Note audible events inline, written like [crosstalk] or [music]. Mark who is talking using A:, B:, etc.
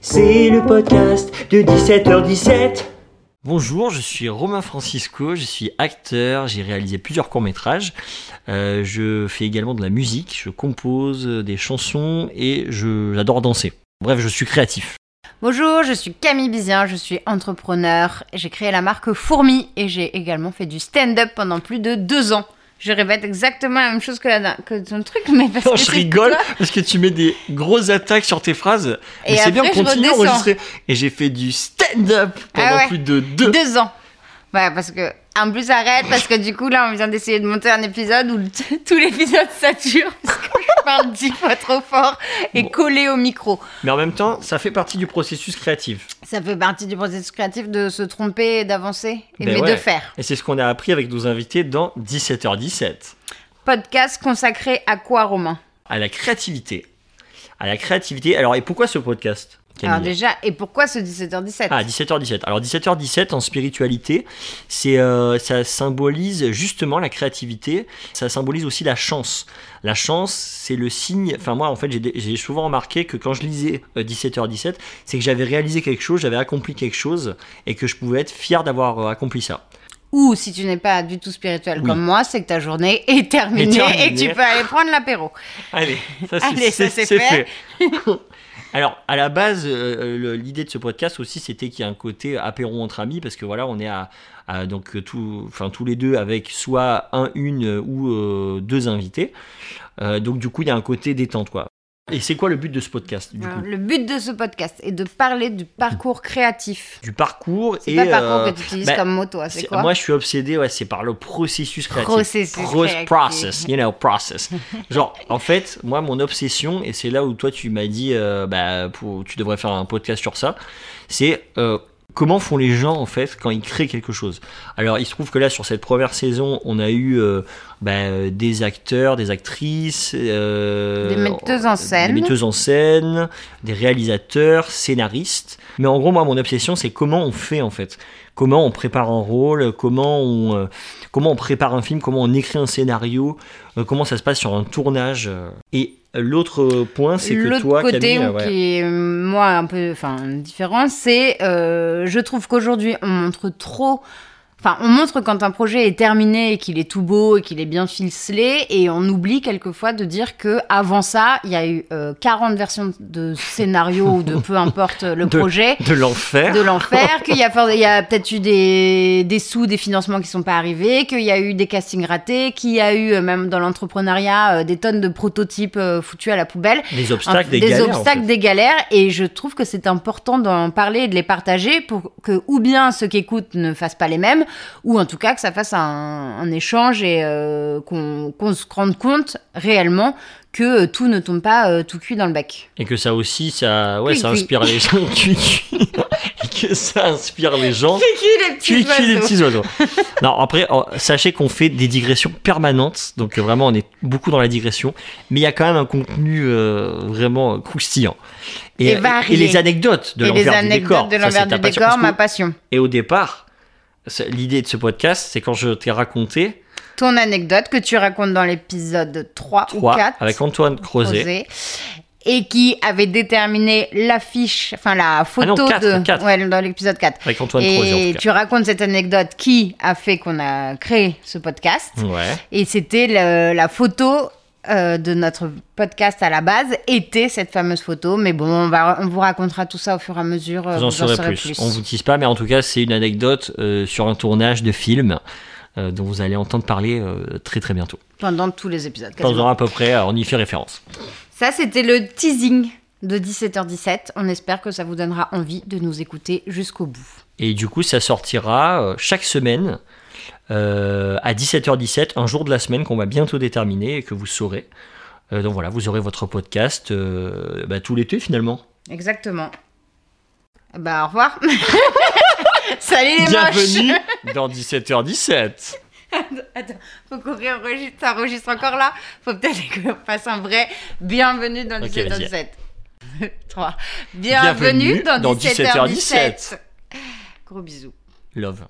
A: C'est le podcast de 17h17.
B: Bonjour, je suis Romain Francisco, je suis acteur, j'ai réalisé plusieurs courts-métrages. Euh, je fais également de la musique, je compose des chansons et je- j'adore danser. Bref, je suis
C: [laughs]
B: créatif.
C: Bonjour, je suis Camille Bizien, je suis entrepreneur. J'ai créé la marque Fourmi et j'ai également fait du stand-up pendant plus de deux ans. Je répète exactement la même chose que, la, que ton truc, [laughs] mais parce
B: Non,
C: que
B: je
C: c'est
B: rigole
C: toi.
B: parce que tu mets des grosses attaques sur tes phrases.
C: Et
B: Mais c'est
C: après,
B: bien,
C: je
B: continue à
C: redescends.
B: enregistrer. Et j'ai fait du stand-up pendant
C: Ah ouais.
B: plus de deux.
C: Deux ans. Voilà, parce que. En plus, arrête, parce que du coup, là, on vient d'essayer de monter un épisode où le- [laughs] tout l'épisode sature, [laughs] parce que je parle dix fois trop fort et
B: Bon.
C: collé au micro.
B: Mais en même temps, ça fait partie du processus créatif.
C: Ça fait partie du processus créatif de se tromper, et d'avancer, et
B: Ben
C: mais
B: ouais.
C: de faire.
B: Et c'est ce qu'on a appris avec nos invités dans 17h17.
C: Podcast consacré à quoi, Romain
B: À la créativité. À la créativité. Alors, et pourquoi ce podcast Camille
C: Alors déjà, et pourquoi ce 17h17
B: Ah, 17h17. Alors 17h17 en spiritualité, c'est euh, ça symbolise justement la créativité, ça symbolise aussi la chance. La chance, c'est le signe, enfin moi en fait j'ai dé- j'ai souvent remarqué que quand je lisais euh, 17h17, c'est que j'avais réalisé quelque chose, j'avais accompli quelque chose et que je pouvais être fier d'avoir euh, accompli ça.
C: Ou si tu n'es pas du tout spirituel
B: Oui.
C: comme moi, c'est que ta journée est terminée,
B: Est terminée.
C: et tu peux aller prendre l'apéro.
B: Allez, ça c'est-
C: Allez,
B: c'est
C: ça,
B: c'est
C: c'est
B: fait.
C: fait.
B: Alors, à la base, euh, le- l'idée de ce podcast aussi, c'était qu'il y a un côté apéro entre amis, parce que voilà, on est à, à- donc euh, tout, enfin tous les deux avec soit un, une euh, ou euh, deux invités. Euh, donc du coup, il y a un côté détente, quoi. Et c'est quoi le but de ce podcast du
C: Alors,
B: coup
C: le but de ce podcast est de parler du parcours créatif.
B: Du parcours
C: C'est
B: et
C: pas parcours
B: euh,
C: que tu utilises
B: bah,
C: comme mot, toi, c'est
B: c'est-
C: quoi
B: moi, je suis obsédé, ouais, c'est par le processus créatif.
C: Processus
B: Pro-
C: créatif.
B: process, you know, process. Genre, en fait, moi, mon obsession, et c'est là où toi, tu m'as dit, euh, bah, pour- tu devrais faire un podcast sur ça, c'est euh, comment font les gens, en fait, quand ils créent quelque chose. Alors, il se trouve que là, sur cette première saison, on a eu euh, bah, euh, des acteurs, des actrices, euh,
C: Des metteuses en scène.
B: des metteuses en scène, des réalisateurs, scénaristes. Mais en gros, moi, mon obsession, c'est comment on fait, en fait. Comment on prépare un rôle, comment on, euh, comment on prépare un film, comment on écrit un scénario, euh, comment ça se passe sur un tournage. euh. Et l'autre euh, point, c'est que
C: L'autre
B: toi,
C: côté,
B: Camille,
C: ou
B: euh, ouais.
C: qui est, euh, moi, un peu enfin, différent, c'est euh, je trouve qu'aujourd'hui, on montre trop. Enfin, on montre quand un projet est terminé et qu'il est tout beau et qu'il est bien ficelé, et on oublie quelquefois de dire que avant ça, il y a eu euh, 40 versions de scénario ou de peu importe
B: [laughs]
C: euh, le
B: De-
C: projet
B: de l'enfer.
C: de l'enfer, qu'il y a, for- il y a peut-être eu des, des sous, des financements qui sont pas arrivés, qu'il y a eu des castings ratés, qu'il y a eu euh, même dans l'entrepreneuriat euh, des tonnes de prototypes euh, foutus à la poubelle,
B: Des obstacles,
C: Un-
B: des, galères. en
C: obstacles,
B: fait.
C: des galères. Et je trouve que c'est important d'en parler et de les partager pour que ou bien ceux qui écoutent ne fassent pas les mêmes, ou en tout cas que ça fasse un, un échange et euh, qu'on qu'on se rende compte réellement que euh, tout ne tombe pas euh, tout cuit dans le bec.
B: Et que ça aussi, ça, ouais, ça
C: Cui-cui.
B: inspire les gens. Cui-cui. [laughs] Et que ça inspire les gens.
C: les
B: Cui-cui les petits oiseaux. [laughs] non, après, euh, sachez qu'on fait des digressions permanentes. Donc, euh, vraiment, on est beaucoup dans la digression. Mais il y a quand même un contenu euh, vraiment croustillant.
C: Et
B: euh,
C: varié.
B: les anecdotes de
C: et les
B: l'envers du décor.
C: anecdotes de
B: Ça, c'est
C: l'envers
B: ta
C: du
B: passion.
C: décor,
B: Parce
C: ma
B: que-
C: passion.
B: Et au départ, c'est- l'idée de ce podcast, c'est quand je t'ai raconté
C: Ton anecdote que tu racontes dans l'épisode 3, ou
B: 3
C: 4.
B: avec Antoine Crozet.
C: Crozet, Et qui avait déterminé l'affiche, enfin la photo
B: Ah non, quatre,
C: de.
B: quatre.
C: Ouais, dans l'épisode 4.
B: Avec Antoine Crozet, en
C: Et
B: tout
C: tu racontes cette anecdote qui a fait qu'on a créé ce podcast.
B: cas. Ouais.
C: Et c'était le- la photo euh, de notre podcast à la base, était cette fameuse photo. Mais bon, on, va, on vous racontera tout ça au fur et à mesure. euh,
B: Vous en saurez plus. On vous tease pas, mais en tout cas, c'est une anecdote euh, sur un tournage de film euh, dont vous allez entendre parler euh, très très bientôt.
C: Pendant tous les épisodes. quasiment.
B: Pendant à peu près, euh, on y fait référence.
C: Ça, c'était le teasing de 17h17. On espère que ça vous donnera envie de nous écouter jusqu'au bout.
B: Et du coup, ça sortira euh, chaque semaine euh, à 17h17, un jour de la semaine qu'on va bientôt déterminer et que vous saurez. Euh, donc voilà, vous aurez votre podcast euh, bah, tout l'été finalement.
C: Exactement. Bah, au revoir. [laughs] Salut les
B: Bienvenue
C: moches.
B: dans 17h17.
C: [laughs] Attends, faut qu'on réenregistre. Ça enregistre encore là Faut peut-être [laughs] qu'on fasse un vrai bienvenue dans
B: Ok,
C: 17h17. [laughs] 3. Bienvenue,
B: Bienvenue dans
C: dans 17h17.
B: 17h17.
C: Gros bisous.
B: Love.